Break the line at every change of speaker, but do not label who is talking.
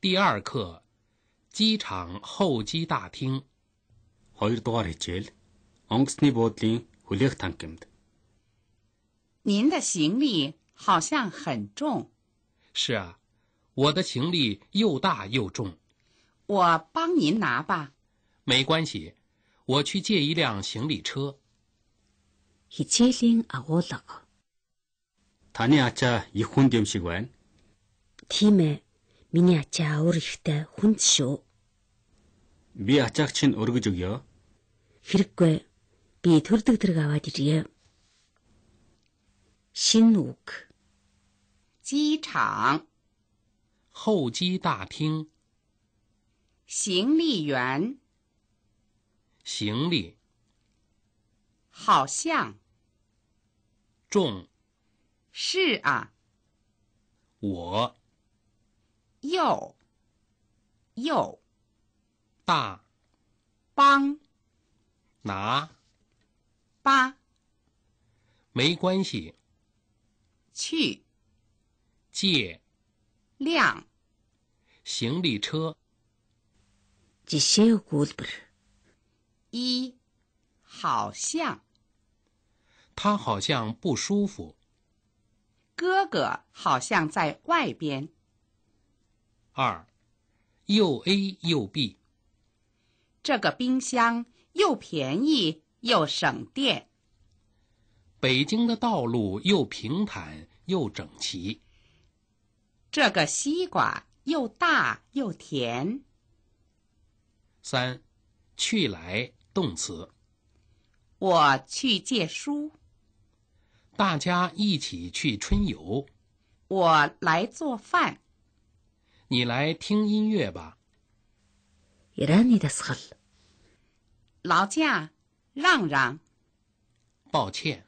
第二课，机场候机大厅。
2 дугаар хичээл онгоцны буудлын хүлээх танкимд.
您的行李好像很重，
是啊，我的行李又大又重，
我帮您拿吧。
没关系，我去借一辆行李车。
Хичээлийн агуулга.
Таны ачаа их хүнд юм шиг байна.
Тийм ээ. Миний ачаа өөр ихтэй хүн шүү.
Би ачааг чинь өргөж өгье.
Хэрэггүй. Би төрдөг зэрэг аваад ирье. Шин үг.
机场
候机大厅，
行李员
行李
好像
重，
是啊，
我
又又
大
帮
拿
吧
没关系，
去
借
辆
行李车
Жишээ өгүүлбэр.
一好像
他好像不舒服。
哥哥好像在外边，
二，又 A 又 B，
这个冰箱又便宜又省电。
北京的道路又平坦又整齐。
这个西瓜又大又甜，
三，去来动词，
我去借书，
大家一起去春游，
我来做饭，
你来听音乐吧。
Ираны дасгал.
劳驾，让让。
抱歉。